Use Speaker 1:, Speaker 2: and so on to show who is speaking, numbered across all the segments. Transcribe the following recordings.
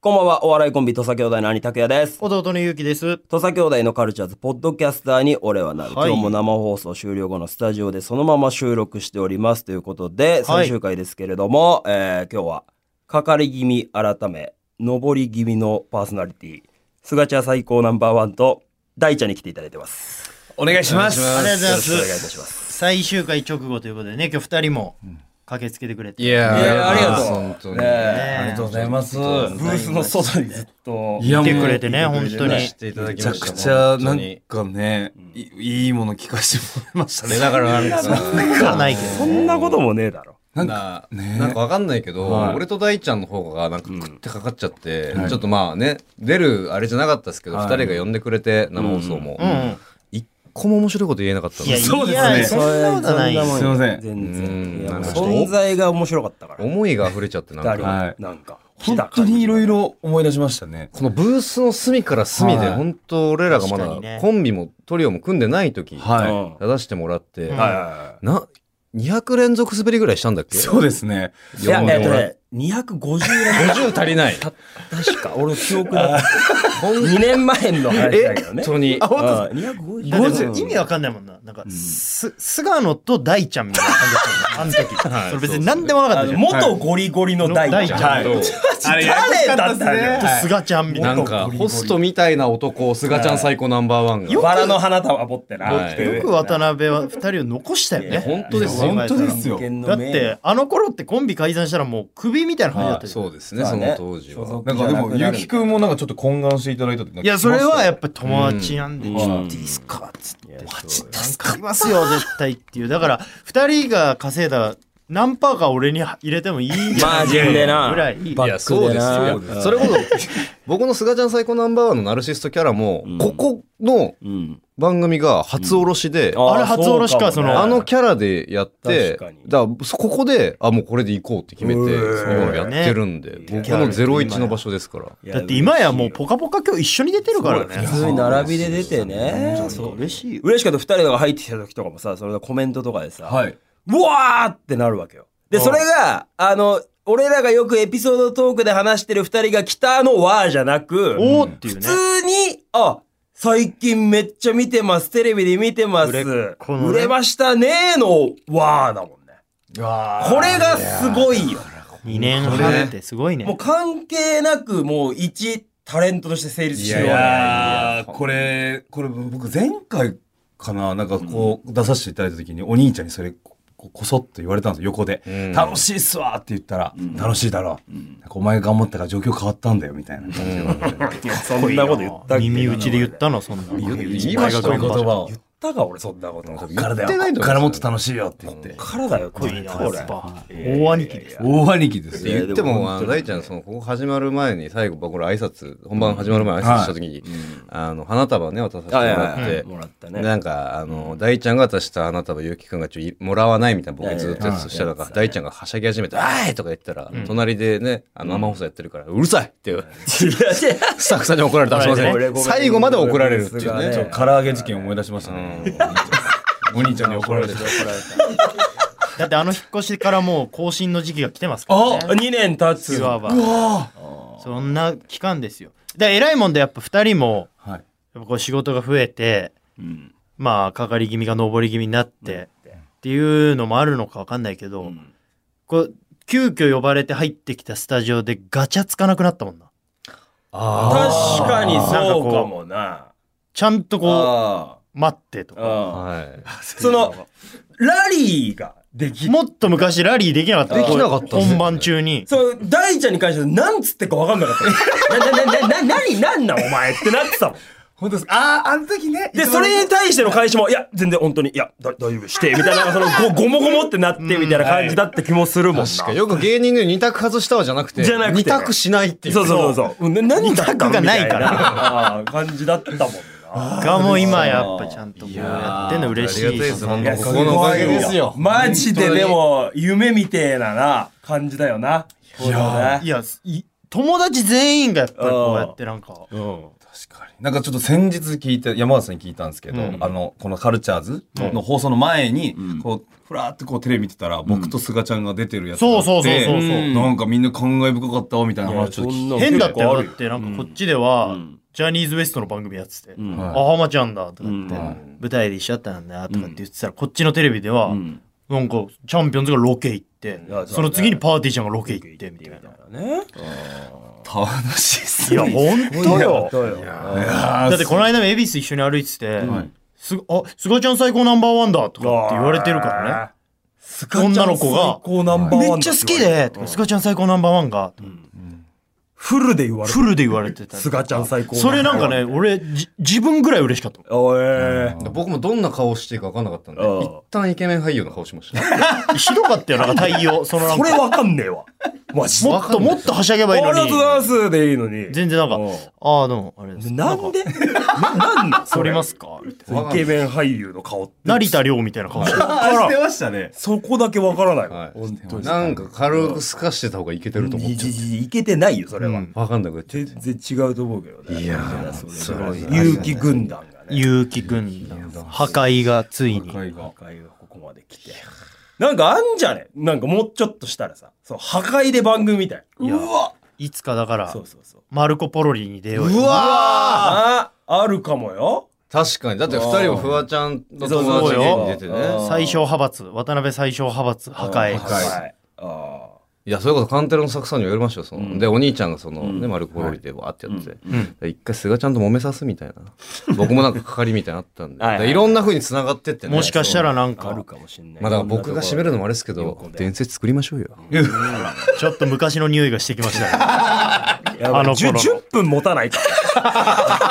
Speaker 1: こんばんは、お笑いコンビ、土佐兄弟の兄拓也です。
Speaker 2: 弟のゆうきです。
Speaker 1: 土佐兄弟のカルチャーズ、ポッドキャスターに俺はなる。
Speaker 2: はい
Speaker 1: 今日も生放送終了後のスタジオでそのまま収録しております。ということで、最終回ですけれども、えー今日は、かかり気味改め、上り気味のパーソナリティ、すがちゃ最高ナンバーワンと、大ちゃんに来ていただいてます。
Speaker 3: お願いします。
Speaker 2: ありがとうご
Speaker 1: よ
Speaker 2: ざいま
Speaker 1: ろしくお願いいた
Speaker 2: す。
Speaker 1: します。
Speaker 2: 最終回直後ということでね、今日二人も駆けつけてくれて。
Speaker 3: いやー
Speaker 1: いやーありがとう
Speaker 3: 本当に
Speaker 1: ねえ
Speaker 3: ありがとうございます。
Speaker 1: ブースの外にずっと、
Speaker 3: いや
Speaker 2: 来てくれてね
Speaker 3: もう
Speaker 2: 本当に
Speaker 3: 来ていただ
Speaker 4: め
Speaker 3: き
Speaker 4: ちゃ
Speaker 3: ました
Speaker 4: くちゃ
Speaker 3: 本当
Speaker 4: なん
Speaker 3: に
Speaker 4: かね、いいいもの聞かせてもらいましたね。
Speaker 3: ねだからなんかさ
Speaker 2: ではないけど
Speaker 1: そんなこともねえだろ。
Speaker 3: なん
Speaker 4: な
Speaker 3: か、
Speaker 4: ね
Speaker 3: なんかわかんないけど、
Speaker 4: はい
Speaker 3: 俺と大ちゃんの方がなんか食ってかかっちゃって、ちょっとまあね、出るあれじゃなかったですけど、二、
Speaker 4: はい
Speaker 3: 人が呼んでくれて、生放送も
Speaker 2: う。ん。
Speaker 3: 一、個も面白いこと言えなかったの
Speaker 2: いや、
Speaker 4: そう
Speaker 2: い
Speaker 4: ですね
Speaker 2: や、そんなことない。
Speaker 1: そ
Speaker 2: よ
Speaker 1: ん
Speaker 4: すい
Speaker 1: なも
Speaker 4: ません
Speaker 1: 全
Speaker 3: うん
Speaker 1: 然。いやもう
Speaker 3: なんか
Speaker 1: 存在が面白かったから。
Speaker 3: 思いが溢れちゃって、なん
Speaker 1: 誰
Speaker 3: か。
Speaker 1: も
Speaker 4: はい
Speaker 1: なんか。
Speaker 4: 本当にいろいろ思い出しましたね。
Speaker 3: このブースの隅から隅で、
Speaker 4: はい
Speaker 3: 本当俺らがま
Speaker 2: 確かにね
Speaker 3: だコンビもトリオも組んでない時、
Speaker 1: うん
Speaker 4: は
Speaker 3: 出してもらって、
Speaker 2: うん
Speaker 1: はいは
Speaker 3: な、200連続滑りぐらいしたんだっ
Speaker 4: い。
Speaker 3: け
Speaker 4: そうですね。
Speaker 1: いはい。いや、えっと
Speaker 3: 俺
Speaker 1: ね、250らい。
Speaker 3: 50足りない。
Speaker 1: 確か、俺の記憶だ。2年前の話だけどね。
Speaker 3: 当に。
Speaker 1: うん250
Speaker 2: だってもう
Speaker 1: うん
Speaker 2: 意味わかんないもんな。なんか、す、菅野と大ちゃんみたいな感じだったよね。あの時。それ別に何でもなかっ
Speaker 1: あ
Speaker 2: たじ
Speaker 1: の
Speaker 2: ゃん。も
Speaker 1: 元ゴリゴリの大ちゃん。
Speaker 2: はい
Speaker 3: どう
Speaker 4: あれ
Speaker 1: 誰だったんだ
Speaker 2: っと
Speaker 1: よ。
Speaker 2: 菅ちゃんみた
Speaker 3: ない
Speaker 2: な。
Speaker 3: んか、ホストみたいな男、菅ちゃん最高ナンバーワンが。
Speaker 1: バラの花束持ってな。
Speaker 3: はい
Speaker 2: よく渡辺は二人を残したよ
Speaker 3: い
Speaker 2: ね。
Speaker 3: や本当ですよ。
Speaker 4: 本当ですよ
Speaker 1: 人間の
Speaker 2: だっ
Speaker 1: 名誉
Speaker 2: て、、あの頃ってコンビ解散したらもう首みたいな感じだったじゃん
Speaker 3: そうですね、
Speaker 1: そ
Speaker 3: そう
Speaker 1: ね
Speaker 3: の当時
Speaker 1: 所属
Speaker 3: は。
Speaker 4: なんかでも、ゆうきくんもなんかちょっと懇願していただいたって。
Speaker 2: いや、それはやっぱ友達なんで、
Speaker 1: う
Speaker 2: ち
Speaker 1: ん
Speaker 2: ょっ
Speaker 1: うん
Speaker 2: といいっすかっつって、マジ助かりますよ、絶対っていう。だから、二人が稼いだ何パーか俺に入れてもいいんじゃな
Speaker 1: マ
Speaker 2: い
Speaker 1: ジでな
Speaker 2: ぐらい。
Speaker 1: バ
Speaker 3: い
Speaker 1: ッ
Speaker 3: や、
Speaker 1: ク
Speaker 3: そう
Speaker 1: で
Speaker 3: です
Speaker 1: な
Speaker 3: よ。いやそれこそ、僕の菅ちゃん最高ナンバーワンのナルシストキャラも、ここの
Speaker 1: うん。
Speaker 3: 番組が初おろしで、
Speaker 2: あれ初おろしかその
Speaker 3: あのキャラでやって、
Speaker 1: 確かに
Speaker 3: だからそここで、あ、もうこれで行こうって決めて、
Speaker 1: うん
Speaker 3: 今やってるんで、僕の01の場所ですから。
Speaker 1: ャ
Speaker 2: だって今やもうポカポカ今日一緒に出てるからね。
Speaker 1: 普通に並びで出てね。
Speaker 2: そう、嬉しいよ。
Speaker 1: 嬉しかった2人が入ってきた時とかもさそれのコメントとかでさ、
Speaker 4: はい。
Speaker 1: うわーってなるわけよでそれがあの俺らがよくエピソードトークで話してる2人が来たのはじゃなく
Speaker 2: おーっていう
Speaker 1: 普
Speaker 2: ね。
Speaker 1: 通にあ最近めっちゃ見てますテレビで見てます
Speaker 2: 売れっ子のね
Speaker 1: 売れましたねーのわーだもんね
Speaker 4: こ
Speaker 1: これがすごいよ
Speaker 2: 2年半ってすごいね。
Speaker 1: もう関係なくもう一タレントとして成立
Speaker 4: い
Speaker 1: してる
Speaker 4: やい
Speaker 1: わけ
Speaker 4: やーこれ、これ僕前回かな、なんかこう出させていただいた時にお兄ちゃんにそれここそっと言われたんですよ、横で。
Speaker 3: ん
Speaker 4: 楽しいっすわって言ったら、楽しいだろ。なんかお前が頑張ったから状況変わったんだよ、みたいな感じで言われて。
Speaker 1: そんなこと言ったっけ
Speaker 2: 耳打ちで言ったの、そんなの。
Speaker 3: 言言
Speaker 2: い
Speaker 3: いました
Speaker 4: そうい
Speaker 3: よ
Speaker 4: う言葉を。
Speaker 1: 言ったか俺そんなこと
Speaker 4: こっ
Speaker 1: こ
Speaker 4: からだよ。
Speaker 3: 言ってないと思います
Speaker 4: こっからもっと楽しいよって言って
Speaker 1: っ。からだよこれ
Speaker 2: な、やっぱ。大兄貴です。
Speaker 4: 大兄貴で
Speaker 3: っ
Speaker 4: す
Speaker 3: て
Speaker 4: よ。
Speaker 3: 言っても、あの大ちゃん、その、ここ始まる前に、最後、僕ら挨拶、本番始まる前に挨拶した時に、あの、花束ね、渡させても
Speaker 1: あいや
Speaker 3: らっ
Speaker 1: いや
Speaker 3: て、
Speaker 1: もらった ね。
Speaker 3: なんか、あの、大ちゃんが渡した花束、ゆうきくんがちょい、もらわないみたいな、僕ずっとやってたしたら、
Speaker 1: はい
Speaker 3: 大ちゃんがはしゃぎ始めて、あーいとか言ったら、隣でね、あの、生放送やってるから、うるさいっていう、 スタッフさんに怒られたらしいませ
Speaker 1: ごめん
Speaker 3: ん
Speaker 1: ごめん
Speaker 3: 最後まで怒られるっていう
Speaker 1: さすが
Speaker 3: ね。
Speaker 1: ね
Speaker 4: ちょっと唐揚げ事件思い出しましたね。お兄ちゃんに怒られて。
Speaker 2: だってあの引っ越しからもう更新の時期が来てますからね。
Speaker 1: あ、二年経つ。
Speaker 2: いわば。
Speaker 4: あ
Speaker 2: そんな期間ですよ。で、偉いもんでやっぱ二人も、
Speaker 4: あはい。
Speaker 2: やっぱこう仕事が増えて、
Speaker 1: うん
Speaker 2: まあ、かかり気味が上り気味になって、っていうのもあるのかわかんないけど、こう、急遽呼ばれて入ってきたスタジオでガチャつかなくなったもんな。
Speaker 3: あ
Speaker 1: 確かに
Speaker 2: なん
Speaker 1: そう
Speaker 2: か
Speaker 1: か
Speaker 2: こ
Speaker 1: もな。
Speaker 2: ちゃんとこ
Speaker 1: あ
Speaker 2: う、待ってと
Speaker 1: あ
Speaker 2: か。
Speaker 3: ー
Speaker 1: うん
Speaker 3: はい。
Speaker 1: そのラリーができ。
Speaker 2: もっと昔ラリーできなかった。
Speaker 1: でき
Speaker 3: なかったっすね
Speaker 2: 本番中に。
Speaker 1: そう大ちゃんに関してなんつってかわかんなかった。なななな何なんなんお前ってなってたもん。
Speaker 4: 本当です。ああ、あの時ね。
Speaker 1: で、それに対しての返しも、いや、全然本当に、いや、だ大丈夫して、みたい な、その、ご、ごもごもってなって、みたいな感じだった気もするもんな。
Speaker 3: 確かによく芸人の二択外したわじゃなくて、
Speaker 1: じゃなくて
Speaker 3: 二択しないっていう。
Speaker 1: そうそうそうそう。な何だったの
Speaker 2: 二択がないから
Speaker 1: みたなあー感じだったもんな。
Speaker 2: がもう今やっぱちゃんとこうやってんの嬉し
Speaker 3: あり
Speaker 2: い
Speaker 3: がたい
Speaker 2: し
Speaker 3: です、本
Speaker 1: い
Speaker 3: 当
Speaker 1: や
Speaker 3: ここのおかげですよ。
Speaker 1: マジででも、夢みてえなな、感じだよな。い
Speaker 2: いや、い友達全員がやっぱりこうやってなんか、
Speaker 4: 確かに。なんかちょっと先日聞いて、山形さんに聞いたんですけど、
Speaker 2: うん
Speaker 4: あの、このカルチャーズ
Speaker 2: うん
Speaker 4: の放送の前に、
Speaker 1: うん
Speaker 4: こう、ふらーってこうテレビ見てたら、僕と菅ちゃんが出てるやつが
Speaker 2: そ
Speaker 4: あ
Speaker 2: う
Speaker 4: って
Speaker 2: そうそうそうそう、
Speaker 1: うん
Speaker 4: なんかみんな感慨深かったわみたいな話ちょっと聞いて。
Speaker 2: 変だったよだ
Speaker 1: あ
Speaker 2: っ
Speaker 1: る
Speaker 2: てなんかこっちでは、
Speaker 1: うん
Speaker 2: ジャニーズ WEST の番組やってて「
Speaker 1: うん
Speaker 2: あ
Speaker 4: はい
Speaker 2: 浜ちゃんだ」とか言って、
Speaker 1: うん
Speaker 2: 舞台で一緒だったんだよ」とかって言ってたら、こっちのテレビでは、
Speaker 1: うん
Speaker 2: なんかチャンピオンズがロケ行って、
Speaker 1: や
Speaker 2: その次にパーティーちゃんがロケ行ってみたいな。
Speaker 1: ね
Speaker 4: 楽しいっす
Speaker 2: いや
Speaker 4: ね。
Speaker 2: 本当よ
Speaker 4: だ
Speaker 2: だってこの間も恵比寿一緒に歩いてて
Speaker 4: はい
Speaker 2: 「すあ菅ちゃん最高ナンバーワンだ」とかって言われてるからね女の子が
Speaker 1: 高ナン
Speaker 2: 「
Speaker 1: バー
Speaker 2: め
Speaker 1: ワン
Speaker 2: っちゃ好きで」とか「菅ちゃん最高ナンバーワンが」
Speaker 1: フルで言われ
Speaker 2: フルで言われてた
Speaker 1: すがちゃん最高
Speaker 2: それなんかね俺じ自分ぐらい嬉しかった
Speaker 1: おえ
Speaker 3: 僕もどんな顔していいか分かんなかったんで、
Speaker 1: うん
Speaker 3: 一旦イケメン俳優の顔し ました。
Speaker 2: ひどかったよなんか対応そのなん
Speaker 1: それ
Speaker 2: か
Speaker 1: わかん ねえわマジ
Speaker 2: もっともっとはしゃげばいいの
Speaker 1: ありがとうございま
Speaker 2: に
Speaker 1: すでいいのに
Speaker 2: 全然なんか
Speaker 1: うん
Speaker 2: 「ああどうもあれです」
Speaker 1: なん でななんなん
Speaker 2: 撮
Speaker 1: そ
Speaker 2: り
Speaker 1: れ
Speaker 2: ますか?」みたいな
Speaker 1: イケメン俳優の顔って
Speaker 2: 成田凌みたいな顔してる
Speaker 4: あー、してましたね。
Speaker 1: そこだけわからないわ
Speaker 3: は
Speaker 1: 本当
Speaker 3: い、
Speaker 1: に
Speaker 3: なんか軽く透かしてた方がいけてると思っ
Speaker 1: い
Speaker 3: ちゃっ
Speaker 1: いいいけてないよそれは
Speaker 3: た。分かんなくなっちゃっ
Speaker 1: 全
Speaker 3: て。
Speaker 1: 然違うと思うけどね
Speaker 3: いやー
Speaker 1: ーそれは
Speaker 3: すごい
Speaker 1: 勇気軍団がね
Speaker 2: 結城軍団破壊がついに
Speaker 4: 若いが
Speaker 1: 破壊がここまで来てなんかあんじゃねなんかもうちょっとしたらさそう破壊で番組みたい
Speaker 2: いや
Speaker 1: わ
Speaker 2: いつかだから
Speaker 1: そうそうそう
Speaker 2: マルコ・ポロリに出ようよ
Speaker 1: うわああるかもよ
Speaker 3: 確かに。だって二人もフワちゃんの友達に出
Speaker 1: そ
Speaker 3: て
Speaker 1: うそう
Speaker 3: ね
Speaker 1: よ。
Speaker 2: 最小派閥渡辺最小派閥破壊
Speaker 1: 破壊あ
Speaker 3: いや、それこそカンテレの作さんに言われましたよ。そので、お兄ちゃんがその、
Speaker 1: ん
Speaker 3: ね、丸くポロリでわーってやってて。
Speaker 2: うん
Speaker 3: 一回菅ちゃんと揉めさすみたいな。僕もなんか係みたいなのあったんで。
Speaker 1: はいはい
Speaker 3: だからいろんな風に繋がってってね。
Speaker 2: もしかしたらなん
Speaker 1: あある
Speaker 2: か
Speaker 1: かもしんない
Speaker 3: まあだから僕が締めるのもあれですけ
Speaker 1: 喜
Speaker 3: ど
Speaker 1: ん、で
Speaker 3: 伝説作りましょうよ。
Speaker 2: ちょっと昔の匂いがしてきましたねあ
Speaker 1: あ
Speaker 2: の
Speaker 1: の
Speaker 2: 頃の
Speaker 1: 10分持たないか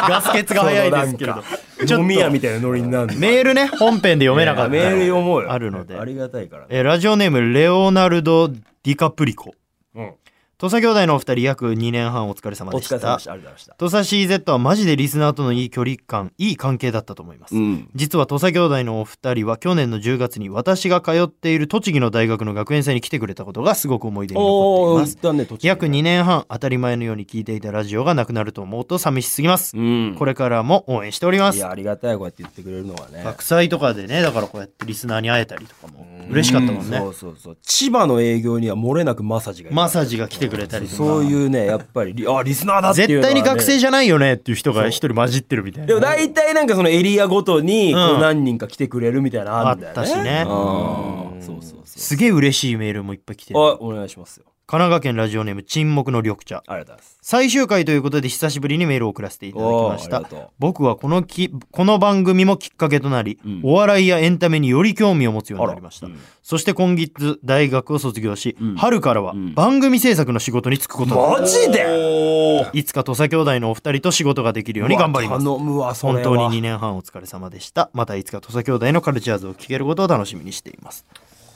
Speaker 2: ガス欠が早いですけれどちょっと
Speaker 1: 飲み屋みたいなノリになるの
Speaker 2: メールね本編で読めなかった
Speaker 1: メール読もうよ
Speaker 2: あるので
Speaker 1: ありがたいからね
Speaker 2: えーラジオネームレオナルド・ディカプリコ
Speaker 1: うん
Speaker 2: 土佐兄弟のお二人約2年半お疲れ様
Speaker 1: お
Speaker 2: でし
Speaker 1: 疲れ様
Speaker 2: た
Speaker 1: でしたありがとうございました
Speaker 2: 土佐 CZ はマジでリスナーとのいい距離感いい関係だったと思います、
Speaker 1: ん
Speaker 2: 実は土佐兄弟のお二人は去年の10月に私が通っている栃木の大学の学園祭に来てくれたことがすごく思い出に残
Speaker 1: お
Speaker 2: っ
Speaker 1: お
Speaker 2: て
Speaker 1: ー
Speaker 2: いま
Speaker 1: 行
Speaker 2: す
Speaker 1: ったね途中
Speaker 2: 約2年半当たり前のように聞いていたラジオがなくなると思うと寂しすぎます、
Speaker 1: うん
Speaker 2: これからも応援しておりま
Speaker 1: い
Speaker 2: す
Speaker 1: やありがたいこうやって言ってくれるのはね
Speaker 2: 学祭とかでねだからこうやってリスナーに会えたりとかも嬉しかったもんね
Speaker 1: そうそうそう千葉の営業には漏れなくマサジがいる
Speaker 2: マッサージが来てくれたりとか
Speaker 1: そういうねやっぱりリあリスナーだっていう
Speaker 2: 絶
Speaker 1: のは
Speaker 2: 対
Speaker 1: ね
Speaker 2: に学生じゃないよねっていう人が一人混じってるみたい
Speaker 1: でも
Speaker 2: な
Speaker 1: 大体なんかそのエリアごとにこ
Speaker 2: う
Speaker 1: うん何人か来てくれるみたいなの
Speaker 2: あ
Speaker 1: あるん
Speaker 2: っ
Speaker 1: だよね
Speaker 2: たしね
Speaker 1: うんそうそうそ
Speaker 2: すげえ嬉しいメールもいっぱい来て
Speaker 1: う
Speaker 2: る
Speaker 1: あ
Speaker 2: 神
Speaker 1: お願いしますよ
Speaker 2: 奈川県ラジオネーム沈黙の緑茶
Speaker 1: ありがとうございます
Speaker 2: 最終回ということで久しぶりにメールを送らせていただきまし
Speaker 1: おーあ
Speaker 2: た
Speaker 1: りがとう
Speaker 2: 僕はこのきこの番組もきっかけとなり、
Speaker 1: うん
Speaker 2: お笑いやエンタメにより興味を持つようになりました、
Speaker 1: あらうん
Speaker 2: そして今月大学を卒業し、
Speaker 1: うん
Speaker 2: 春からは
Speaker 1: うん
Speaker 2: 番組制作の仕事に就くことになり
Speaker 1: マ
Speaker 2: まし
Speaker 1: ジで
Speaker 2: たいつか土佐兄弟のお二人と仕事ができるように頑張ります
Speaker 1: うわ頼むわそれ
Speaker 2: 本
Speaker 1: は
Speaker 2: 当に2年半お疲れ様でしたまたいつか土佐兄弟のカルチャーズを聞けることを楽しみにしています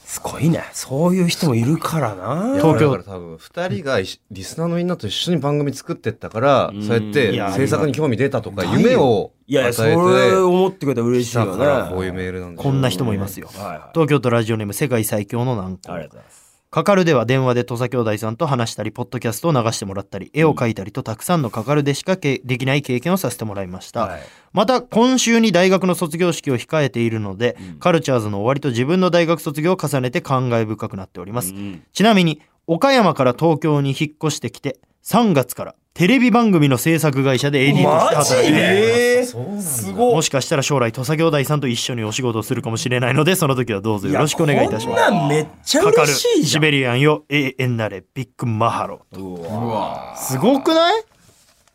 Speaker 1: すごいねそういう人もいるからな
Speaker 2: 東京
Speaker 3: だから多分二人が一緒リスナーのみんなと一緒に番組作ってったから、そうやって
Speaker 2: いや
Speaker 3: 制作に興味出たとか夢を
Speaker 1: いやいやそ
Speaker 3: 与え
Speaker 1: れ
Speaker 3: て
Speaker 1: 思ってくれたら嬉
Speaker 3: き
Speaker 1: しいよ
Speaker 3: た
Speaker 1: ね
Speaker 3: からこういうメールなんでしょ
Speaker 2: こ
Speaker 3: うん
Speaker 2: な人もいますよ
Speaker 1: はいはい
Speaker 2: 東京都ラジオネーム世界最強の難
Speaker 1: ありがとう
Speaker 2: 関
Speaker 1: ございます
Speaker 2: かかるでは電話で土佐兄弟さんと話したりポッドキャストを流してもらったり絵を描いたりとたくさんのかかるでしかけできない経験をさせてもらいました、
Speaker 1: はい
Speaker 2: また今週に大学の卒業式を控えているので、カルチャーズの終わりと自分の大学卒業を重ねて感慨深くなっております、ちなみに岡山から東京に引っ越してきて3月からテレビ番組の制作会社で AD として働いております
Speaker 1: えー
Speaker 3: そうなんだ
Speaker 1: すごい
Speaker 2: もしかしたら将来土佐兄弟さんと一緒にお仕事をするかもしれないのでその時はどうぞよろしくお願いいたします
Speaker 1: こんなんめっちゃ
Speaker 2: かか
Speaker 1: 嬉
Speaker 2: る
Speaker 1: しいじ
Speaker 2: シ
Speaker 1: ゃん
Speaker 2: ベリアンよ永遠なれビッグマハロ
Speaker 1: うわ
Speaker 4: うわ
Speaker 2: すごくない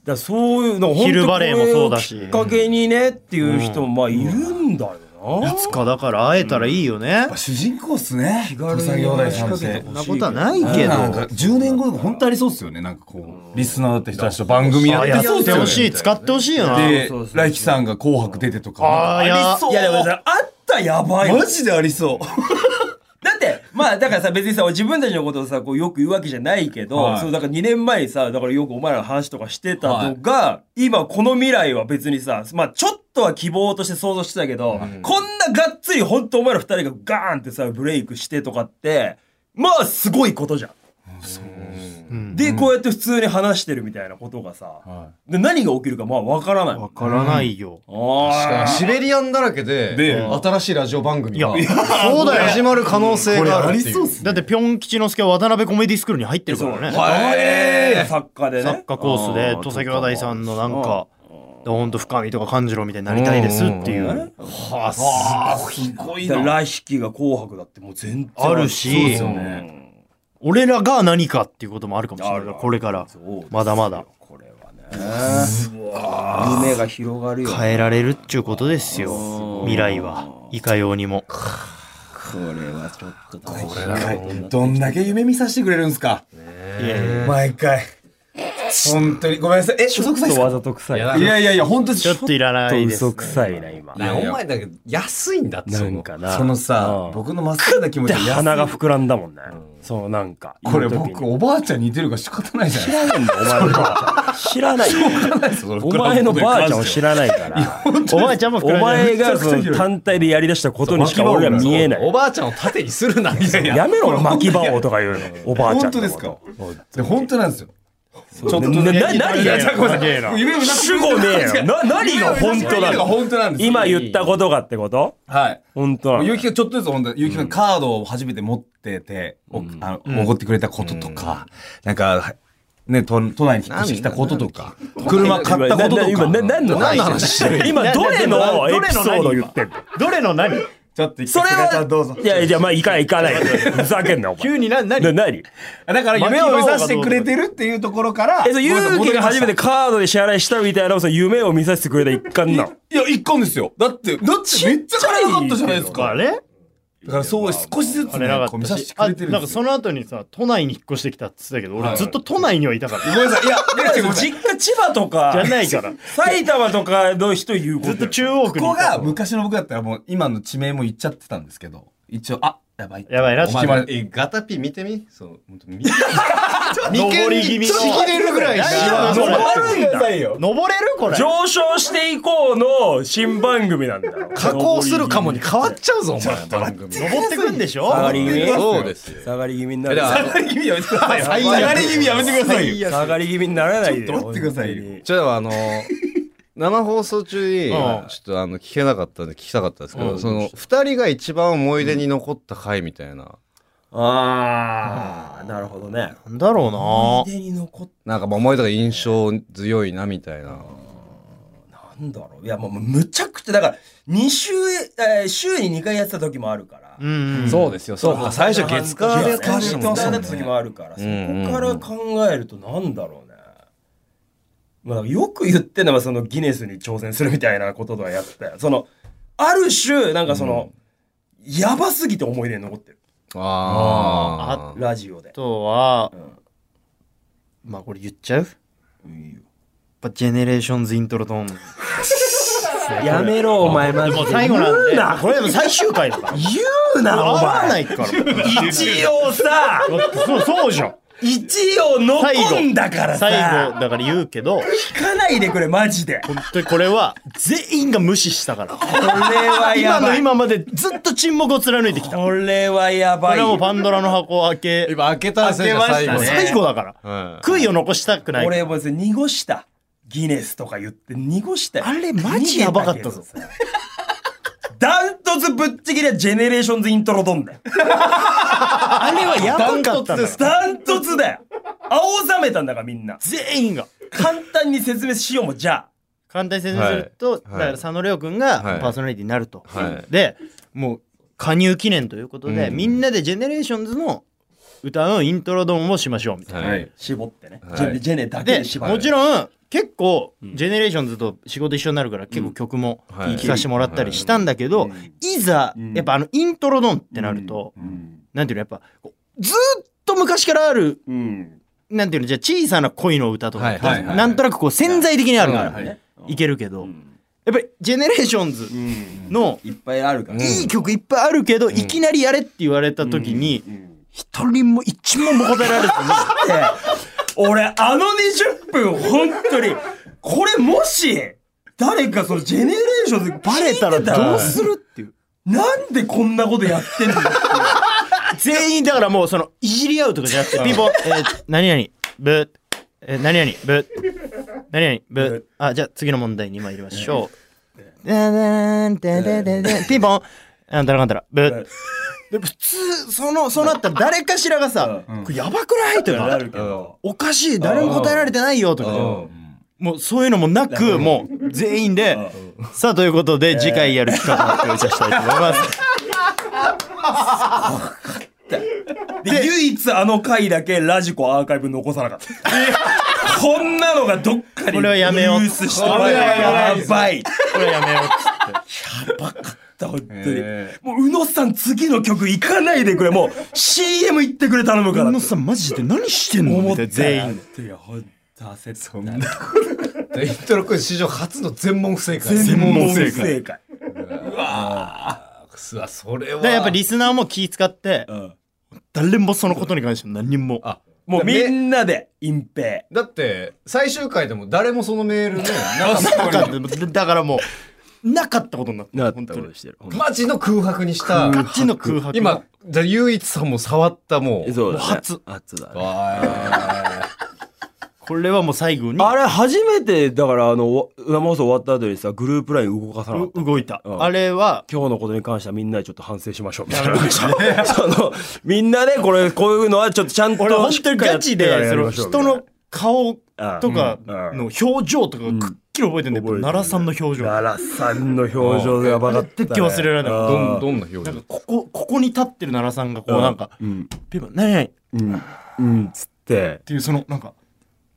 Speaker 1: だからそういうの
Speaker 2: 昼バレーもそうだし
Speaker 1: 本当これをきっかけにねっていう人もまあいるんだよな、
Speaker 2: いつかだから会えたらいいよね
Speaker 4: ー主人公っすね。土
Speaker 1: に
Speaker 4: 佐兄弟さんっ
Speaker 1: 仕掛け
Speaker 4: て
Speaker 1: て
Speaker 2: そんなことはないけど
Speaker 4: なんか10年後とか本当ありそうっすよね。なんかこう、リスナーだった人たちと番組や
Speaker 2: あ
Speaker 4: っ
Speaker 2: や
Speaker 4: て
Speaker 2: っ
Speaker 4: そうっす
Speaker 2: て
Speaker 4: よね。
Speaker 2: ほしい使ってほしいよな
Speaker 4: で
Speaker 1: そうそう、そう
Speaker 4: 来輝さんが紅白出てと
Speaker 2: あ
Speaker 4: か。
Speaker 1: い
Speaker 2: ーや
Speaker 1: やでもさあったらやばいわ
Speaker 4: マジでありそう。
Speaker 1: だってまあだからさ別にさ自分たちのことをさこうよく言うわけじゃないけど、
Speaker 4: はい
Speaker 1: そうだから2年前にさだからよくお前らの話とかしてたのが、今この未来は別にさまあちょっとは希望として想像してたけど、こんながっつり本当お前ら2人がガーンってさブレイクしてとかってまあすごいことじゃん。
Speaker 4: そうっすね
Speaker 2: うん
Speaker 1: で、こうやって普通に話してるみたいなことがさ、
Speaker 4: は
Speaker 1: で、何が起きるかまあわからない。
Speaker 2: わからないよ。
Speaker 3: し
Speaker 1: あ
Speaker 3: かも
Speaker 1: ー
Speaker 3: シベリアンだらけで、
Speaker 4: で
Speaker 3: 新しいラジオ番組が
Speaker 2: いやそうだよ
Speaker 3: 始まる可能性があるっていう。
Speaker 4: これありそうっすね
Speaker 2: だってピョン吉之助は渡辺コメディスクールに入ってるからね。
Speaker 1: そう
Speaker 3: へー
Speaker 1: 作家でね。
Speaker 2: 作家コースで土佐兄弟さんのなんかほんと深みとか感じろみたいになりたいですっていううん
Speaker 1: うん
Speaker 2: はあす
Speaker 4: ああ、すごい
Speaker 1: だから
Speaker 4: な。
Speaker 1: ラヒキが紅白だってもう全然
Speaker 2: あ
Speaker 1: そ
Speaker 2: る
Speaker 1: うで
Speaker 2: し
Speaker 1: すよね
Speaker 2: 俺らが何かっていうこともあるかもしれないから
Speaker 1: ある
Speaker 2: これから
Speaker 1: そうですよ
Speaker 2: まだまだ
Speaker 1: これはね夢が広がるよね
Speaker 2: 変えられるっちゅうことです
Speaker 1: う
Speaker 2: よ
Speaker 1: ん
Speaker 2: 未来はいかようにも
Speaker 1: これはちょっと大変
Speaker 4: どんだけ夢見させてくれるんですか
Speaker 2: いやいや
Speaker 4: 毎回。本当に、ごめんなさい。え、嘘くさいっすか
Speaker 1: ざとくさ
Speaker 3: いや
Speaker 4: いやいやいや、本当に
Speaker 2: ちょっといらないですね
Speaker 1: さいな今
Speaker 3: いやお前だけど安いんだってその
Speaker 1: な
Speaker 4: そのさ、僕のまっすぐな気持ち安い
Speaker 1: 膨らんだもんねそのなんか
Speaker 4: これ僕、おばあちゃんに似てるから仕方ないじゃない
Speaker 1: 知らないんだお前のばあちゃん知らない
Speaker 4: ですか。
Speaker 1: お前のばあちゃんを知らないから
Speaker 4: ら
Speaker 2: おばあちゃんも
Speaker 1: お
Speaker 2: 膨らんじゃな
Speaker 1: 前
Speaker 2: い
Speaker 1: がその単体でやりだしたことにしか俺ら見えな
Speaker 3: お
Speaker 1: い
Speaker 3: ばあちゃんを盾にするな。いやいや
Speaker 1: やめろ巻き場王とか言うのおばあちゃん
Speaker 4: 本当
Speaker 1: の
Speaker 4: で
Speaker 1: こ
Speaker 4: す
Speaker 1: と
Speaker 4: かで本当なんですよ。ちょっと、
Speaker 1: なな何
Speaker 2: いやいや
Speaker 1: が
Speaker 2: ごめんなさいな
Speaker 4: 夢見させて
Speaker 1: 主
Speaker 4: くれ
Speaker 1: 語
Speaker 4: る
Speaker 1: ね えよな何が本当な
Speaker 4: 夢が
Speaker 1: の
Speaker 4: 本当なんですよ
Speaker 1: 今言ったことがってこと
Speaker 4: はい。
Speaker 1: 本当な
Speaker 4: ゆう
Speaker 1: の
Speaker 4: きがちょっとずつ本当に、ゆうきがカードを初めて持ってて、おあの、おごってくれたこととか、なんか、ね、都都内に引っ越してきたこととか、車買ったことと
Speaker 1: 今
Speaker 4: か。
Speaker 1: な何の
Speaker 3: 何の
Speaker 1: 話
Speaker 3: 話してる
Speaker 1: 今どれの
Speaker 2: ど
Speaker 1: エ
Speaker 2: れ
Speaker 1: ピ
Speaker 2: の
Speaker 1: ソ
Speaker 2: 何
Speaker 1: ード言ってんの
Speaker 2: どれの何
Speaker 4: ちょっと
Speaker 1: それは
Speaker 4: はい
Speaker 1: やいやまあ行かない行かないふざけんなお前
Speaker 2: 急に何
Speaker 1: な
Speaker 2: 何
Speaker 1: 何
Speaker 4: だから夢を見させてくれてるっていうところから、
Speaker 1: えそう勇気が初めてカードで支払いしたみたいなのをその夢を見させてくれた一環なの
Speaker 4: いや、一貫ですよ。だって、だってめっちゃ金なかったじゃないです
Speaker 2: あ
Speaker 4: か。
Speaker 2: れ
Speaker 4: だからそう、少しずつ
Speaker 2: あ
Speaker 4: ね
Speaker 2: れな、
Speaker 4: こ
Speaker 2: か
Speaker 4: う
Speaker 2: っ
Speaker 4: 見
Speaker 2: た
Speaker 4: させて
Speaker 2: し
Speaker 4: く
Speaker 2: あ
Speaker 4: れてるん
Speaker 2: なん
Speaker 4: で
Speaker 2: か
Speaker 4: すよ。
Speaker 2: その後にさ都内に引っ越してきたって言ってたけど俺ずっと都内にはいたから
Speaker 4: ごめんなさい。いや、いや、違う
Speaker 1: 実家千葉とか
Speaker 2: じゃないから
Speaker 1: 埼玉とかの人言うこ
Speaker 2: ずっと中央区に
Speaker 4: ここ
Speaker 2: いた
Speaker 4: が昔の僕だったらもう今の地名も言っちゃってたんですけど、一応、あ、やばい。
Speaker 2: やばいなって
Speaker 4: お前
Speaker 3: えーガタピ見てみそう、本当見て
Speaker 2: 登り気味の
Speaker 3: ちぎれるぐらいし
Speaker 2: 大丈夫
Speaker 3: か
Speaker 4: 登るんだよ。
Speaker 2: 登れるこれ
Speaker 1: 上昇していこうの新番組なんだよ
Speaker 3: 加工するかもに変わっちゃうぞ、お前。番組
Speaker 2: 登ってくんでしょ
Speaker 1: 下がり気味
Speaker 3: そうですよ。
Speaker 1: 下がり気味にな
Speaker 3: だ
Speaker 1: る
Speaker 3: からあの
Speaker 4: 意味やめてくださいよ。
Speaker 3: 最
Speaker 4: 下
Speaker 3: 悪
Speaker 4: がり気味やめてくださいよ。
Speaker 1: 下がり気味にならないで
Speaker 4: ちょっと待ってくださいよ
Speaker 1: 本
Speaker 3: ちょっとあ のー生放送中に、ち
Speaker 2: ん
Speaker 3: ょっとあの、聞けなかったんで聞きたかったんですけ
Speaker 1: う
Speaker 3: ど、
Speaker 1: ん
Speaker 3: その、二人が一番思い出に残った回みたいな。
Speaker 1: 当にああなるほどね
Speaker 2: なんだろう
Speaker 1: 腕に残っ
Speaker 3: なんかまあ思い出が印象強いな、みたいな。
Speaker 1: なんだろういやもうむちゃくちゃだから2週、えー週に2回やってた時もあるから、
Speaker 2: なうん
Speaker 3: そうですよ。そう
Speaker 1: まあ
Speaker 3: か。最初月火でやってましたもん
Speaker 1: 月火
Speaker 3: ね
Speaker 1: だった時もあるから、
Speaker 3: うんうんうん
Speaker 1: そこから考えるとなんだろうね、まあ、よく言ってんのはそのギネスに挑戦するみたいなこととかやってたよそのある種なんかその、やばすぎて思い出に残ってる
Speaker 3: あー
Speaker 1: ラジオで
Speaker 2: あ、とは
Speaker 1: うん
Speaker 2: まあこれ言っちゃうやっ
Speaker 1: いいよ
Speaker 2: ぱジェネレーションズイントロトーン
Speaker 1: やめろお前マジ
Speaker 2: も
Speaker 1: で
Speaker 2: う最後なん
Speaker 1: 言う
Speaker 2: で
Speaker 1: な
Speaker 2: これでも最終回だから
Speaker 1: 言うなお
Speaker 2: 合わな
Speaker 1: 前
Speaker 2: いからだ
Speaker 1: 一応さ
Speaker 2: ってそうそうじゃん
Speaker 1: 一応残んだから
Speaker 2: 最後
Speaker 1: さ
Speaker 2: だから言うけど
Speaker 1: 聞かないでくれマジでこ
Speaker 2: 本当にこれは全員が無視したから
Speaker 1: れはや
Speaker 2: 今
Speaker 1: ば
Speaker 2: の
Speaker 1: い
Speaker 2: 今までずっと沈黙を貫いてきたこ
Speaker 1: これはやばい
Speaker 2: れ
Speaker 1: よ
Speaker 2: はもうパンドラの箱を開け
Speaker 3: 今開けたんですよ、最後
Speaker 2: もう最後だから
Speaker 3: うん
Speaker 2: 悔いを残したくない
Speaker 1: 俺もう濁したギネスとか言って濁したよ
Speaker 2: あれマジやばかったぞ
Speaker 1: 逃げけどさダントツぶっちぎりはジェネレーションズイントロドンだよ
Speaker 2: あれはやばかったのよ
Speaker 1: ダントツだよ青ざめたんだからみんな
Speaker 2: 全員が
Speaker 1: 簡単に説明しようもじゃあ
Speaker 2: 簡単に説明すると、
Speaker 3: はい
Speaker 2: だから佐野レオくんが
Speaker 3: はい
Speaker 2: パーソナリティになると、
Speaker 3: はい
Speaker 2: でもう加入記念ということで、
Speaker 3: うん
Speaker 2: みんなでジェネレーションズの歌のイントロドンをしましょうみたいな、
Speaker 3: は
Speaker 4: はいい。
Speaker 1: 絞ってね、
Speaker 3: はい
Speaker 1: ジェネジェネだけ
Speaker 2: で
Speaker 1: で絞
Speaker 2: も
Speaker 1: る
Speaker 2: ちろん結構ジェネレーションズと仕事一緒になるから結構曲も
Speaker 3: はい
Speaker 2: 聴かせてもらったりしたんだけ
Speaker 1: う
Speaker 2: ど、
Speaker 1: ん
Speaker 2: いざ
Speaker 1: うん
Speaker 2: やっぱあのイントロドンってなると、なんていうのやっぱこうずーっと昔からある
Speaker 1: うん、うん
Speaker 2: なんていうのじゃあ小さな恋の歌とかって
Speaker 3: はいはい
Speaker 4: はい
Speaker 2: なんとなくこう潜在的にあるから、
Speaker 4: はいい
Speaker 1: ね
Speaker 2: けるけど、
Speaker 1: うん
Speaker 2: やっぱりジェネレーションズ
Speaker 1: うん
Speaker 2: の
Speaker 1: いっぱいあるから、
Speaker 3: うん
Speaker 2: いい曲いっぱいあるけど、いきなりやれって言われた時に、
Speaker 1: うん
Speaker 2: 一人も一問も答えられず
Speaker 1: っ
Speaker 2: に
Speaker 1: て俺あの20分本当にこれもし誰かそのジェネレーションでバ
Speaker 2: バ
Speaker 1: レ
Speaker 2: レた
Speaker 1: たら
Speaker 2: ら
Speaker 1: ど
Speaker 2: どう
Speaker 1: うす
Speaker 2: す
Speaker 1: る
Speaker 2: るっていう。
Speaker 1: なんでこんなことやっ てんの
Speaker 2: 全員だからもうそのいじり合うとかじゃなくてピンポン、えー、何々ぶえ何々ぶ何々ぶあじゃあ次の問題に参りましょうでんでんでんでんでんピンポンなんたらかんたらぶで普通そのそうなったら誰かしらがさ「これやばくない?」と
Speaker 1: な
Speaker 2: か
Speaker 1: るけど。
Speaker 2: 「おかしい誰も答えられてないよ」とかもうそういうのもなくもう全員でさあということで次回やる企画を発表いたしたいと思います。
Speaker 1: で、唯一あの回だけラジコアーカイブ残さなかった。 こんなのがどっかに
Speaker 2: これはやめよう
Speaker 1: ルースして
Speaker 2: これはや
Speaker 1: や
Speaker 2: めよう
Speaker 1: ばい。
Speaker 2: これやめようっつって。
Speaker 1: 本当に
Speaker 4: え
Speaker 1: もう宇野さん次の曲行かないでくれもう CM 行ってくれ頼むから
Speaker 2: 宇野さんマジで何してんのみたいな全員
Speaker 1: 員いやほんと焦ったそんな
Speaker 3: でイントロクイズ史上初の全問不正解。
Speaker 1: 全
Speaker 2: 問
Speaker 1: 問
Speaker 2: 正
Speaker 1: 不
Speaker 2: 解
Speaker 1: 正解
Speaker 3: うわ、それ
Speaker 2: だ
Speaker 3: は。
Speaker 2: からやっぱリスナーも気使って
Speaker 1: ん
Speaker 2: 誰もそのことに関して何人も
Speaker 3: あ、
Speaker 1: もうみ
Speaker 3: ね
Speaker 1: んなで隠蔽
Speaker 3: だって、最終回でも誰もそのメールね、なん か
Speaker 2: なかっただからもうなかったことになった本当に
Speaker 1: してる
Speaker 3: マジの空白にした。
Speaker 2: ガチの空白
Speaker 3: 今、じゃあ唯一さんも触ったもう。
Speaker 1: そう
Speaker 2: だね初
Speaker 1: 初だ
Speaker 2: これはもう最後に
Speaker 1: あれ初めてだからあの生放送終わった後にさグループライン動かさなかった
Speaker 2: う動いた
Speaker 1: うん
Speaker 2: あれは
Speaker 1: 今日のことに関してはみんなでちょっと反省しましょうみたいなそのみんなでこれこういうのはちょっとちゃんと
Speaker 2: 俺本当にガチ
Speaker 1: しっかり
Speaker 2: で
Speaker 1: や
Speaker 2: そ
Speaker 1: り
Speaker 2: の
Speaker 1: ましょう
Speaker 2: 人の顔とか
Speaker 1: うん
Speaker 2: の表情とかがくっきり覚えてんだけ
Speaker 1: 覚え
Speaker 2: ど
Speaker 1: てる
Speaker 2: 奈良さんの表情
Speaker 1: 奈良さんの表情やばかった、ね。
Speaker 2: あれって忘れられない
Speaker 3: どん、
Speaker 1: あー
Speaker 3: どんな表情
Speaker 2: なんかここここに立ってる奈良さんがこうなんか
Speaker 1: うん、
Speaker 2: 「ピンポン何々」っ
Speaker 1: うん、うん、つって、
Speaker 2: ていうそのなんか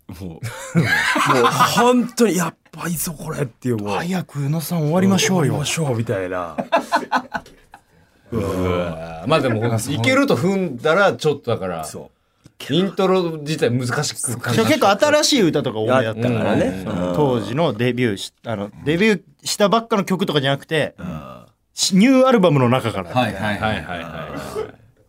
Speaker 1: もう、もう本当にやっぱいいぞこれっていう、
Speaker 2: 「
Speaker 1: もう、
Speaker 2: 早く宇野さん終わりましょう
Speaker 1: 行き
Speaker 2: よ
Speaker 1: ましょうみたいな。
Speaker 3: うわまあでも、いけると踏んだら、ちょっとだから、
Speaker 1: そ
Speaker 3: イントロ自体難しく感じ
Speaker 2: 結構新しい歌とか多めだった
Speaker 1: う。だ
Speaker 2: か
Speaker 1: からら
Speaker 2: ね
Speaker 1: ね、うん
Speaker 2: 当時のデビューしあのデビューしたばっかの曲とかじゃなくて、しニューアルバムの中から、
Speaker 4: はいは
Speaker 3: はは
Speaker 4: いはい
Speaker 3: い
Speaker 4: い。
Speaker 3: はいは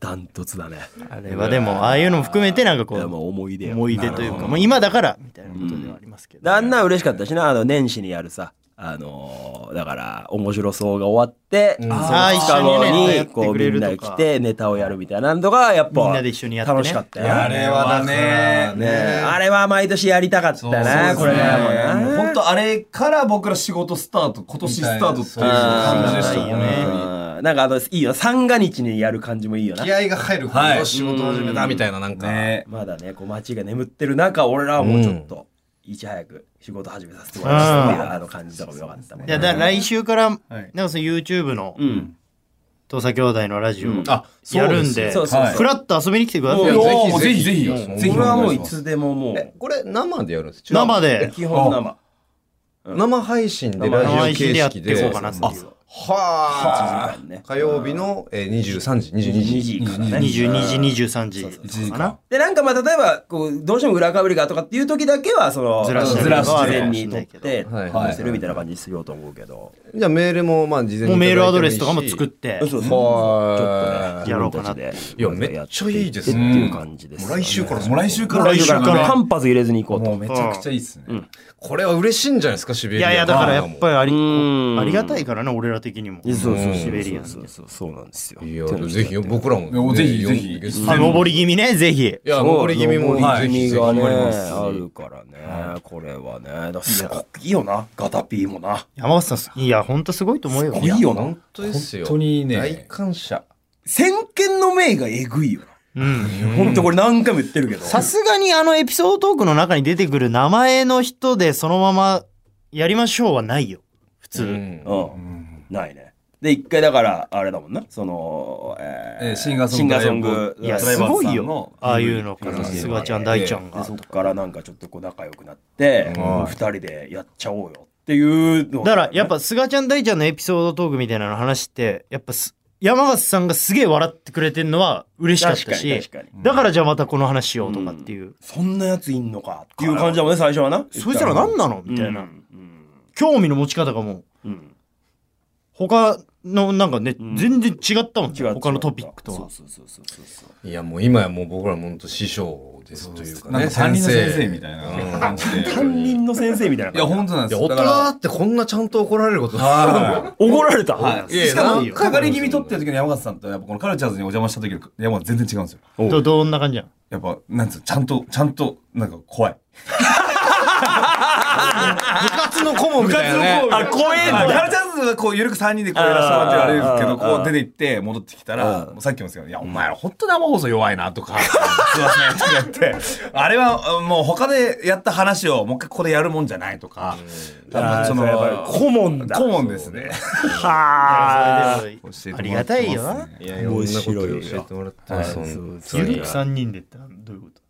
Speaker 1: ダントツだね。
Speaker 2: あれはでもああいうのも含めてなんか
Speaker 1: い
Speaker 2: こ
Speaker 1: やも
Speaker 2: う
Speaker 1: う思い出や
Speaker 2: 思い出というかもう今だからみたいなことではありますけど、
Speaker 1: だんだん嬉しかったしな、あの、年始にやるさ、あのーだから、面白そうが終わって、
Speaker 3: うん
Speaker 1: その
Speaker 2: あー
Speaker 1: 二日後
Speaker 2: 一緒にねや
Speaker 1: に、
Speaker 2: って
Speaker 1: こう、
Speaker 2: く
Speaker 1: み
Speaker 2: れ
Speaker 1: ん
Speaker 2: ると
Speaker 1: な
Speaker 2: か
Speaker 1: で来て、ネタをやるみたいなのが、やっ
Speaker 2: みん
Speaker 1: ぱ
Speaker 2: なで、一緒にやって、ね、
Speaker 1: 楽しかったよ。
Speaker 4: あれはだね。
Speaker 1: ねあれは毎年やりたかったな、これは
Speaker 4: もう
Speaker 1: な。
Speaker 4: 本当あれから僕ら仕事スタート、今年スタートっていう感じでしたもんね。
Speaker 1: うんなんかあの、いいよ、三が日にやる感じもいいよ
Speaker 3: い。
Speaker 1: な
Speaker 3: 気。合が入る。
Speaker 4: はい
Speaker 3: よし仕事始めたみたいな、なんか。
Speaker 4: ね
Speaker 1: まだね、こう街が眠ってる中、俺らはもうちょっと、いち早く仕事始めさせてもらいましたっていうあの感じとかもよかったもん
Speaker 2: いや
Speaker 1: ね。
Speaker 2: だから来週から、
Speaker 4: い
Speaker 2: なんかその YouTube の
Speaker 1: うん。
Speaker 2: 土佐兄弟のラジオ
Speaker 1: うん
Speaker 3: あ、
Speaker 2: やるんで、
Speaker 1: そうそうそう
Speaker 2: フラッと遊びに来てください
Speaker 1: お
Speaker 2: よ
Speaker 1: う
Speaker 4: おーぜひぜひぜひ
Speaker 1: これはもういつでもも
Speaker 3: えこれ生でやるんですか
Speaker 2: 生で
Speaker 1: う、基本生。
Speaker 3: 生配信でラ
Speaker 2: 生
Speaker 3: ジオ
Speaker 2: 配信でや
Speaker 3: 形
Speaker 2: って
Speaker 3: 式
Speaker 2: い
Speaker 3: で
Speaker 2: こうかなっていう
Speaker 3: は
Speaker 1: 1
Speaker 3: あ
Speaker 1: 時間ね
Speaker 3: 火曜日の、えー、23時22
Speaker 1: 2
Speaker 3: 時
Speaker 1: 時からね。
Speaker 2: 22時23時かな
Speaker 1: で、なんかまあ、例えば、こう、どうしても裏かぶりがとかっていう時だけは、その、
Speaker 2: ずらして
Speaker 1: ずらして
Speaker 4: ず
Speaker 1: 事
Speaker 4: ら
Speaker 1: 前
Speaker 2: して
Speaker 1: に撮って、
Speaker 3: はい
Speaker 1: 載せるみたいな感じにしようと思うけど。
Speaker 3: じゃあメールもまあ事前に
Speaker 2: もうメールアドレスとかも
Speaker 3: いただ
Speaker 2: 作
Speaker 3: い
Speaker 2: ってて
Speaker 1: そうそう
Speaker 3: は
Speaker 1: ちょっとね、
Speaker 3: い
Speaker 2: やろうかなって
Speaker 1: 自
Speaker 3: いや
Speaker 1: 分た
Speaker 3: め
Speaker 1: ちで
Speaker 3: っちゃいいです
Speaker 1: や
Speaker 3: ね
Speaker 1: ってっていう感じです
Speaker 3: も
Speaker 1: よ
Speaker 3: う
Speaker 1: ね。
Speaker 3: 来週から
Speaker 4: もう来週から
Speaker 2: 来週から
Speaker 1: 間髪入れずに行こう
Speaker 4: もう
Speaker 1: と。
Speaker 4: めちゃくちゃいいっすね。
Speaker 3: これは嬉しいんじゃないですかシベ
Speaker 2: い
Speaker 3: リア
Speaker 2: やいやだからやっぱりあり
Speaker 1: うん
Speaker 2: ありがたいからね俺ら的にも
Speaker 1: そうそうそううんシ
Speaker 2: シ
Speaker 1: ベ
Speaker 2: ベ
Speaker 1: リ
Speaker 2: リ
Speaker 1: ア
Speaker 2: ア
Speaker 1: ン
Speaker 2: ン
Speaker 1: そうそうそうなんですよ。
Speaker 3: いやぜひ僕らも
Speaker 4: いや
Speaker 3: ね
Speaker 4: ぜひぜひ
Speaker 3: 呼んでい
Speaker 2: あ登り気味ねぜひ
Speaker 3: や登り気味も
Speaker 1: はい
Speaker 3: ぜひぜひ
Speaker 1: 登り気味が
Speaker 3: 頑張
Speaker 1: ね
Speaker 3: ります
Speaker 1: あるからね、これはね。だからすごくいいよな、ガタピーもな。
Speaker 2: 山本さんいや本当すごいと思うよ
Speaker 1: いいよな
Speaker 3: 本当ですよ
Speaker 4: 本当にね
Speaker 3: 大感謝
Speaker 1: 先見の明がえぐいよ
Speaker 2: うん
Speaker 1: な。ほんとこれ何回も言ってるけど。
Speaker 2: さすがにあのエピソードトークの中に出てくる名前の人でそのままやりましょうはないよ普
Speaker 3: う
Speaker 2: 通
Speaker 3: ん
Speaker 1: うん。ないね。で、一回だから、あれだもんな。その、え
Speaker 4: え
Speaker 1: ー
Speaker 4: ーシンガーソ
Speaker 1: シン
Speaker 4: ング
Speaker 1: ガーソング
Speaker 2: いや
Speaker 1: ドライ
Speaker 2: す
Speaker 1: バー
Speaker 2: ごい
Speaker 4: ドライバーさん
Speaker 2: よ
Speaker 4: の
Speaker 2: ああいうのか
Speaker 4: う
Speaker 2: ら
Speaker 4: ん
Speaker 2: すがちゃん大ちゃん
Speaker 1: で
Speaker 2: が
Speaker 1: そっからなんかちょっとこう仲良くなって、もう二人でやっちゃおうよっていうの
Speaker 2: だからやっぱすがちゃん大ちゃんのエピソードトークみたいなの話ってやっぱす山形さんがすげえ笑ってくれてるのは嬉しかっ
Speaker 1: 確
Speaker 2: た
Speaker 1: かに
Speaker 2: し
Speaker 1: 確かに。
Speaker 2: だからじゃあまたこの話しようとかっていう
Speaker 1: そんなやついんのかっていう感じだもんね最初はな
Speaker 2: そいつら何なの
Speaker 1: み
Speaker 2: み
Speaker 1: た
Speaker 2: た
Speaker 1: い
Speaker 2: い
Speaker 1: な
Speaker 2: な興味の持ち方がもう
Speaker 1: うん
Speaker 2: 他のなんかね、
Speaker 1: ん
Speaker 2: 全然違ったもんね
Speaker 1: 違う
Speaker 2: 他のトピックと
Speaker 1: そ
Speaker 2: は
Speaker 1: うそうそうそうそう
Speaker 3: いや、もう今やもう僕らも本当師匠ですというか
Speaker 4: なん
Speaker 3: ね。
Speaker 4: か担任の先生みたいな感じで。
Speaker 1: 担任の先生みたいない
Speaker 4: や、本当なん
Speaker 3: い
Speaker 4: で
Speaker 3: や、
Speaker 4: す
Speaker 3: 大人だってこんなちゃんと怒られることあ
Speaker 1: 怒られた、
Speaker 4: はい
Speaker 3: やいや
Speaker 4: しか
Speaker 3: な
Speaker 4: も
Speaker 3: い、よ
Speaker 4: 係気味取ってる時の山形さんと、やっぱこのカルチャーズにお邪魔した時の山形全然違うんですよ。
Speaker 2: どどんな感じなの
Speaker 4: やっぱ、なんつうの、ちゃんと、ちゃんと、なんか怖い。
Speaker 3: 部活の顧問みたいなね。
Speaker 1: あ怖えん
Speaker 4: カ
Speaker 1: だ
Speaker 4: ルチャーズはこう、ゆるく3人でこうやらせてもらってあれですけ
Speaker 1: あ
Speaker 4: ど、
Speaker 1: ー
Speaker 4: こう出て行って戻ってきたら、
Speaker 1: う
Speaker 4: もうさっきもですけど、いや、お前ら本当生放送弱いなとか、すいません、とか言って、 あれはもう他でやった話をもう一回ここでやるもんじゃないとか、多分その、
Speaker 1: 顧問だ
Speaker 4: 顧問ですね。
Speaker 1: はあ
Speaker 4: 教えてもらってますね
Speaker 2: ありがたいよ
Speaker 3: いや、いろんなこと教えてもらってます。
Speaker 1: 面白いよ
Speaker 3: 本当
Speaker 2: ゆ
Speaker 3: に
Speaker 2: るく3人でってどういうこと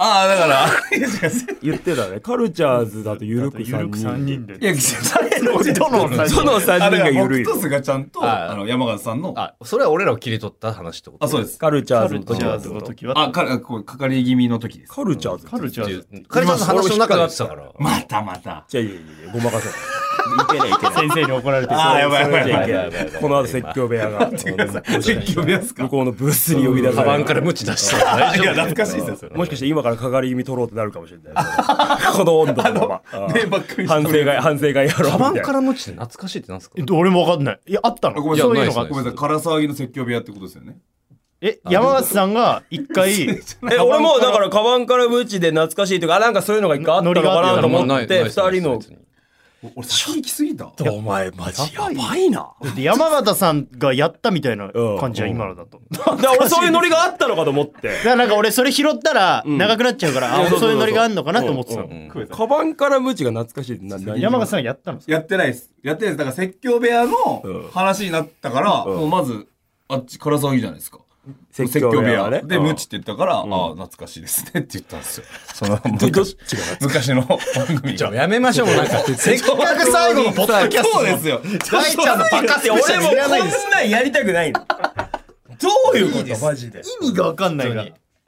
Speaker 4: ああ、だから、いや、違う
Speaker 1: 言ってたねカルチャーズだとゆ
Speaker 2: ゆ
Speaker 1: るく3人
Speaker 2: 人で
Speaker 4: いや、違う
Speaker 1: どの三人
Speaker 4: あだから
Speaker 1: が緩い
Speaker 4: 僕とスガちゃんと、
Speaker 3: はい
Speaker 4: あの、山形さんの、あ、
Speaker 3: あ、それは俺らを切り取った話ってこと
Speaker 4: そうです。
Speaker 1: カルチャーズの
Speaker 2: カ
Speaker 1: 時
Speaker 2: ルチャー
Speaker 1: は
Speaker 2: ズ
Speaker 1: ど
Speaker 2: の
Speaker 1: う
Speaker 2: 時は
Speaker 4: あ、か、こう、かかり気味の時です。
Speaker 1: カルチャーズ
Speaker 2: カルチャーズって
Speaker 3: 彼女の話の中でやってたから。
Speaker 4: またまた。
Speaker 1: じゃいやいやいやごまかせないけないいけない
Speaker 2: 先生に怒られて
Speaker 4: あーやばいやばい
Speaker 1: それじゃいけない
Speaker 3: やばいやばいやばい
Speaker 1: この後説教部屋が
Speaker 4: 結局です
Speaker 1: 向
Speaker 4: か
Speaker 1: こうのブースに呼び出さ
Speaker 3: カ
Speaker 1: れ
Speaker 3: バ
Speaker 1: る
Speaker 3: ンからムチ出したら大
Speaker 4: い
Speaker 3: 丈
Speaker 4: や、
Speaker 3: 夫
Speaker 4: 懐かしいですよ。
Speaker 1: もしかして今からかかり気味取ろうってなるかもしれない この温度のままあ
Speaker 4: ね、
Speaker 1: ー
Speaker 4: ばっかり
Speaker 1: 反省会 反省会やろう
Speaker 3: カ
Speaker 1: み
Speaker 3: バン
Speaker 1: たいな
Speaker 3: からムチって懐かしいってなんですか
Speaker 2: 俺もわかんないいやあった
Speaker 4: ごめ
Speaker 2: の
Speaker 4: んな
Speaker 2: そ
Speaker 4: さ
Speaker 2: ういうのが
Speaker 4: い、ごめんなさい、唐騒ぎの説教部屋ってことですよね。
Speaker 2: え山形さんが一 回
Speaker 1: え俺もだからカバンからムチで懐かしいというかあなんかそういうのが一回あったのか
Speaker 2: ノリがあ
Speaker 1: な
Speaker 2: った
Speaker 1: と
Speaker 2: よ
Speaker 1: 思って二人の
Speaker 4: 俺、先行きすぎた
Speaker 1: お前マジやばいな。
Speaker 2: で山形さんがやったみたいな感じは
Speaker 1: うん
Speaker 2: 今のだと
Speaker 1: だから俺そういうノリがあったのかと思って
Speaker 2: だ。からなんか俺それ拾ったら
Speaker 1: ん
Speaker 2: 長くなっちゃうから、
Speaker 1: いや
Speaker 2: あ
Speaker 1: そうそうそう
Speaker 2: そういうノリがあんのかなと思ってたの、
Speaker 3: ん
Speaker 1: カバンからムチが懐かしいってな何
Speaker 2: 山形さんやったの
Speaker 4: やってないです。やってないです。だから説教部屋
Speaker 1: うん
Speaker 4: の話になったから、
Speaker 1: ん
Speaker 4: もうまず、あっち、唐騒ぎじゃないですか。
Speaker 1: 説教部屋ね
Speaker 4: で、
Speaker 1: うん
Speaker 4: 無知って言ったから、ああ、懐かしいですねって言ったんですよ。その
Speaker 1: でどっ
Speaker 4: 昔、
Speaker 1: ちが
Speaker 4: 昔の番組
Speaker 3: じゃ
Speaker 4: が
Speaker 3: あ。やめましょうもうなんかせっかく最後のポッドキャスト
Speaker 4: そうですよ。
Speaker 3: 大ちゃんのバカスペシャルいらないです
Speaker 1: なんやりたくないの。どういうことマジで。
Speaker 2: 意味がわかんないから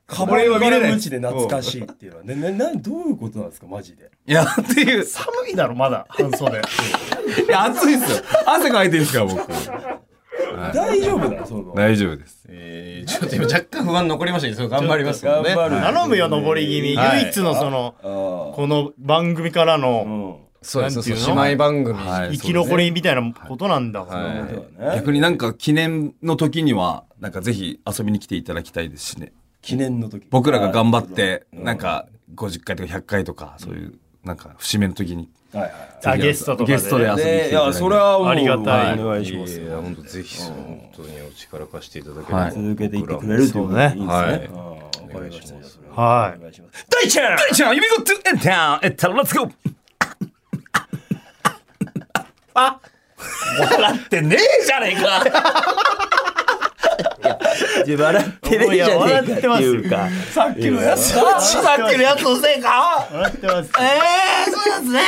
Speaker 1: カ
Speaker 4: バンから
Speaker 1: ム
Speaker 4: ム
Speaker 1: チ
Speaker 4: チ
Speaker 1: で
Speaker 4: で
Speaker 1: 懐
Speaker 4: 懐
Speaker 1: か
Speaker 4: か
Speaker 1: しいっていうのはねねなどういうことなんですかマジで。
Speaker 4: いや、っていう。い
Speaker 2: 寒いだろまだ半袖
Speaker 4: や、暑いですよ。汗かいてるんですから、僕。
Speaker 1: 大丈夫だよその。
Speaker 4: 大丈夫です。
Speaker 3: えーちょっと今若干不安残りましたけどそれ頑張りますからね
Speaker 1: 頑張る
Speaker 2: 頼むよ登り気味、
Speaker 3: はい
Speaker 2: 唯一のその
Speaker 1: あ
Speaker 2: この番組から
Speaker 1: あ。う
Speaker 2: の
Speaker 1: ん。
Speaker 3: そうです
Speaker 2: なんていうの
Speaker 3: そう姉妹番組
Speaker 4: はい
Speaker 2: 生き残りみたいなことなんだから、
Speaker 3: はい
Speaker 1: そうだね。
Speaker 4: 逆になんか記念の時には、なんかぜひ遊びに来ていただきたいですしね。
Speaker 1: 記念の時。
Speaker 4: 僕らが頑張って、なんか50回とか100回とか、そういう、なんか節目の時に。
Speaker 1: はいはいはい。
Speaker 2: あゲストとかで
Speaker 4: ゲストで遊びに来て
Speaker 1: で
Speaker 4: い
Speaker 1: い
Speaker 4: ただ
Speaker 1: や
Speaker 4: いて
Speaker 1: それはもう
Speaker 2: ありがたい
Speaker 1: お願いします
Speaker 3: い
Speaker 1: よ
Speaker 3: や本当ぜひそう本当にお力貸していただけれ
Speaker 4: は
Speaker 3: ば
Speaker 4: い
Speaker 1: 続けていってくれるということでいいんですね。
Speaker 3: は
Speaker 1: うんわ
Speaker 3: い
Speaker 1: かりましたじゃあそれは
Speaker 2: はい
Speaker 1: お願いします。大ちゃん
Speaker 4: 大ちゃん、夢ごとエンタウンエンタウン、レッツゴー
Speaker 1: 笑ってねえじゃねえかいや笑ってねえじゃねえかっていうか
Speaker 4: さっきのやつ。
Speaker 1: さっきのやつのせいか
Speaker 2: 笑ってます
Speaker 1: ええそうなんですね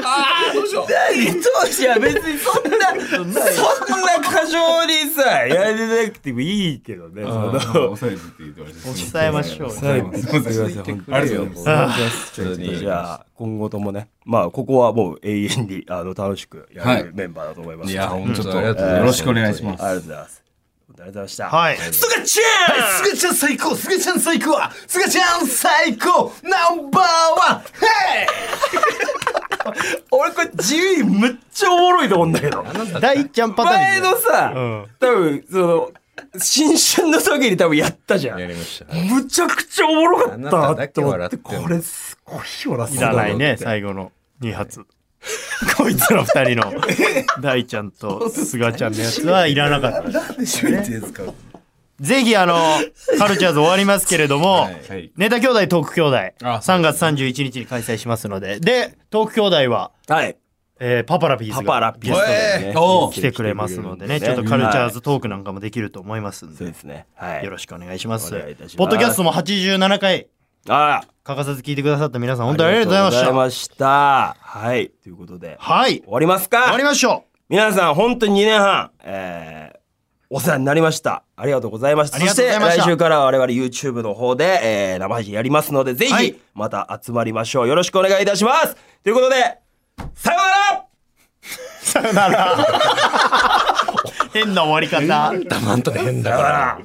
Speaker 1: 何当時は別にそんなそんな過剰にさやれなくてもいいけどねその
Speaker 4: 抑えてって言ってました。
Speaker 2: 伝えましょうよ
Speaker 1: 最後にすみません本当に
Speaker 4: ありがとうございます。
Speaker 1: じゃあ今後ともねまあここはもう永遠にあの楽しくやるメンバーだと思いますの
Speaker 4: い
Speaker 1: で
Speaker 4: や、
Speaker 1: あり
Speaker 4: ほんとちょっと、
Speaker 3: うん
Speaker 4: よろしくお願いします。
Speaker 1: がとうございますありがとうございました
Speaker 2: はい
Speaker 3: すがちゃんすがちゃん最高すがちゃん最高すがちゃん最高ナンバーワン
Speaker 1: 俺これ自由にむっちゃおもろいと思うんだけど
Speaker 2: 大ちゃんパターン
Speaker 1: 前のさ、
Speaker 2: うん
Speaker 1: 多分その新春の時に多分やったじゃん
Speaker 3: やりました
Speaker 1: むちゃくちゃおもろかった
Speaker 3: あ
Speaker 1: な
Speaker 3: なただ
Speaker 1: っ
Speaker 3: け
Speaker 1: て思っ
Speaker 3: 笑って
Speaker 1: て
Speaker 3: も
Speaker 1: これすごいよなそ
Speaker 2: い
Speaker 1: の
Speaker 2: らないね最後の2発こいつの2人の大ちゃんと菅ちゃんのやつはいらなかった
Speaker 4: なんで趣味ですか
Speaker 2: ぜひあのカルチャーズ終わりますけれども、
Speaker 4: はい。
Speaker 2: ネタ兄弟トーク兄弟
Speaker 3: あ
Speaker 2: 3月31日に開催しますのででトーク兄弟は、
Speaker 1: はい
Speaker 2: えーパパラピー
Speaker 1: パ
Speaker 2: ズ
Speaker 1: パ
Speaker 2: が
Speaker 1: ラピース
Speaker 4: え
Speaker 1: ね
Speaker 4: ーおう
Speaker 2: 来てくれますのでねちょっとカルチャーズトークなんかもできると思いますん
Speaker 1: そう
Speaker 2: で
Speaker 1: ですねはい
Speaker 2: よろしくお願いします
Speaker 1: お願いいたします
Speaker 2: ポッドキャストも87回
Speaker 1: ああ
Speaker 2: 欠かさず聞いてくださった皆さん本当にありがとうございまし
Speaker 1: ありがとうござ
Speaker 2: た
Speaker 1: いましたはいということで
Speaker 2: はい
Speaker 1: 終わりますか
Speaker 2: 終わりましょ
Speaker 1: 皆さん本当に2年半、えーお世話になりました。ありがとうございました。
Speaker 2: ありがとうございま
Speaker 1: そし
Speaker 2: し
Speaker 1: て
Speaker 2: た
Speaker 1: 来週からは我々 YouTube の方で、えー生配信やりますので、ぜ
Speaker 2: は
Speaker 1: ひ
Speaker 2: い
Speaker 1: また集まりましょう。よろしくお願いいたします。ということで、さようなら
Speaker 5: さよなら。変な終わり方。
Speaker 2: 黙んと変だから。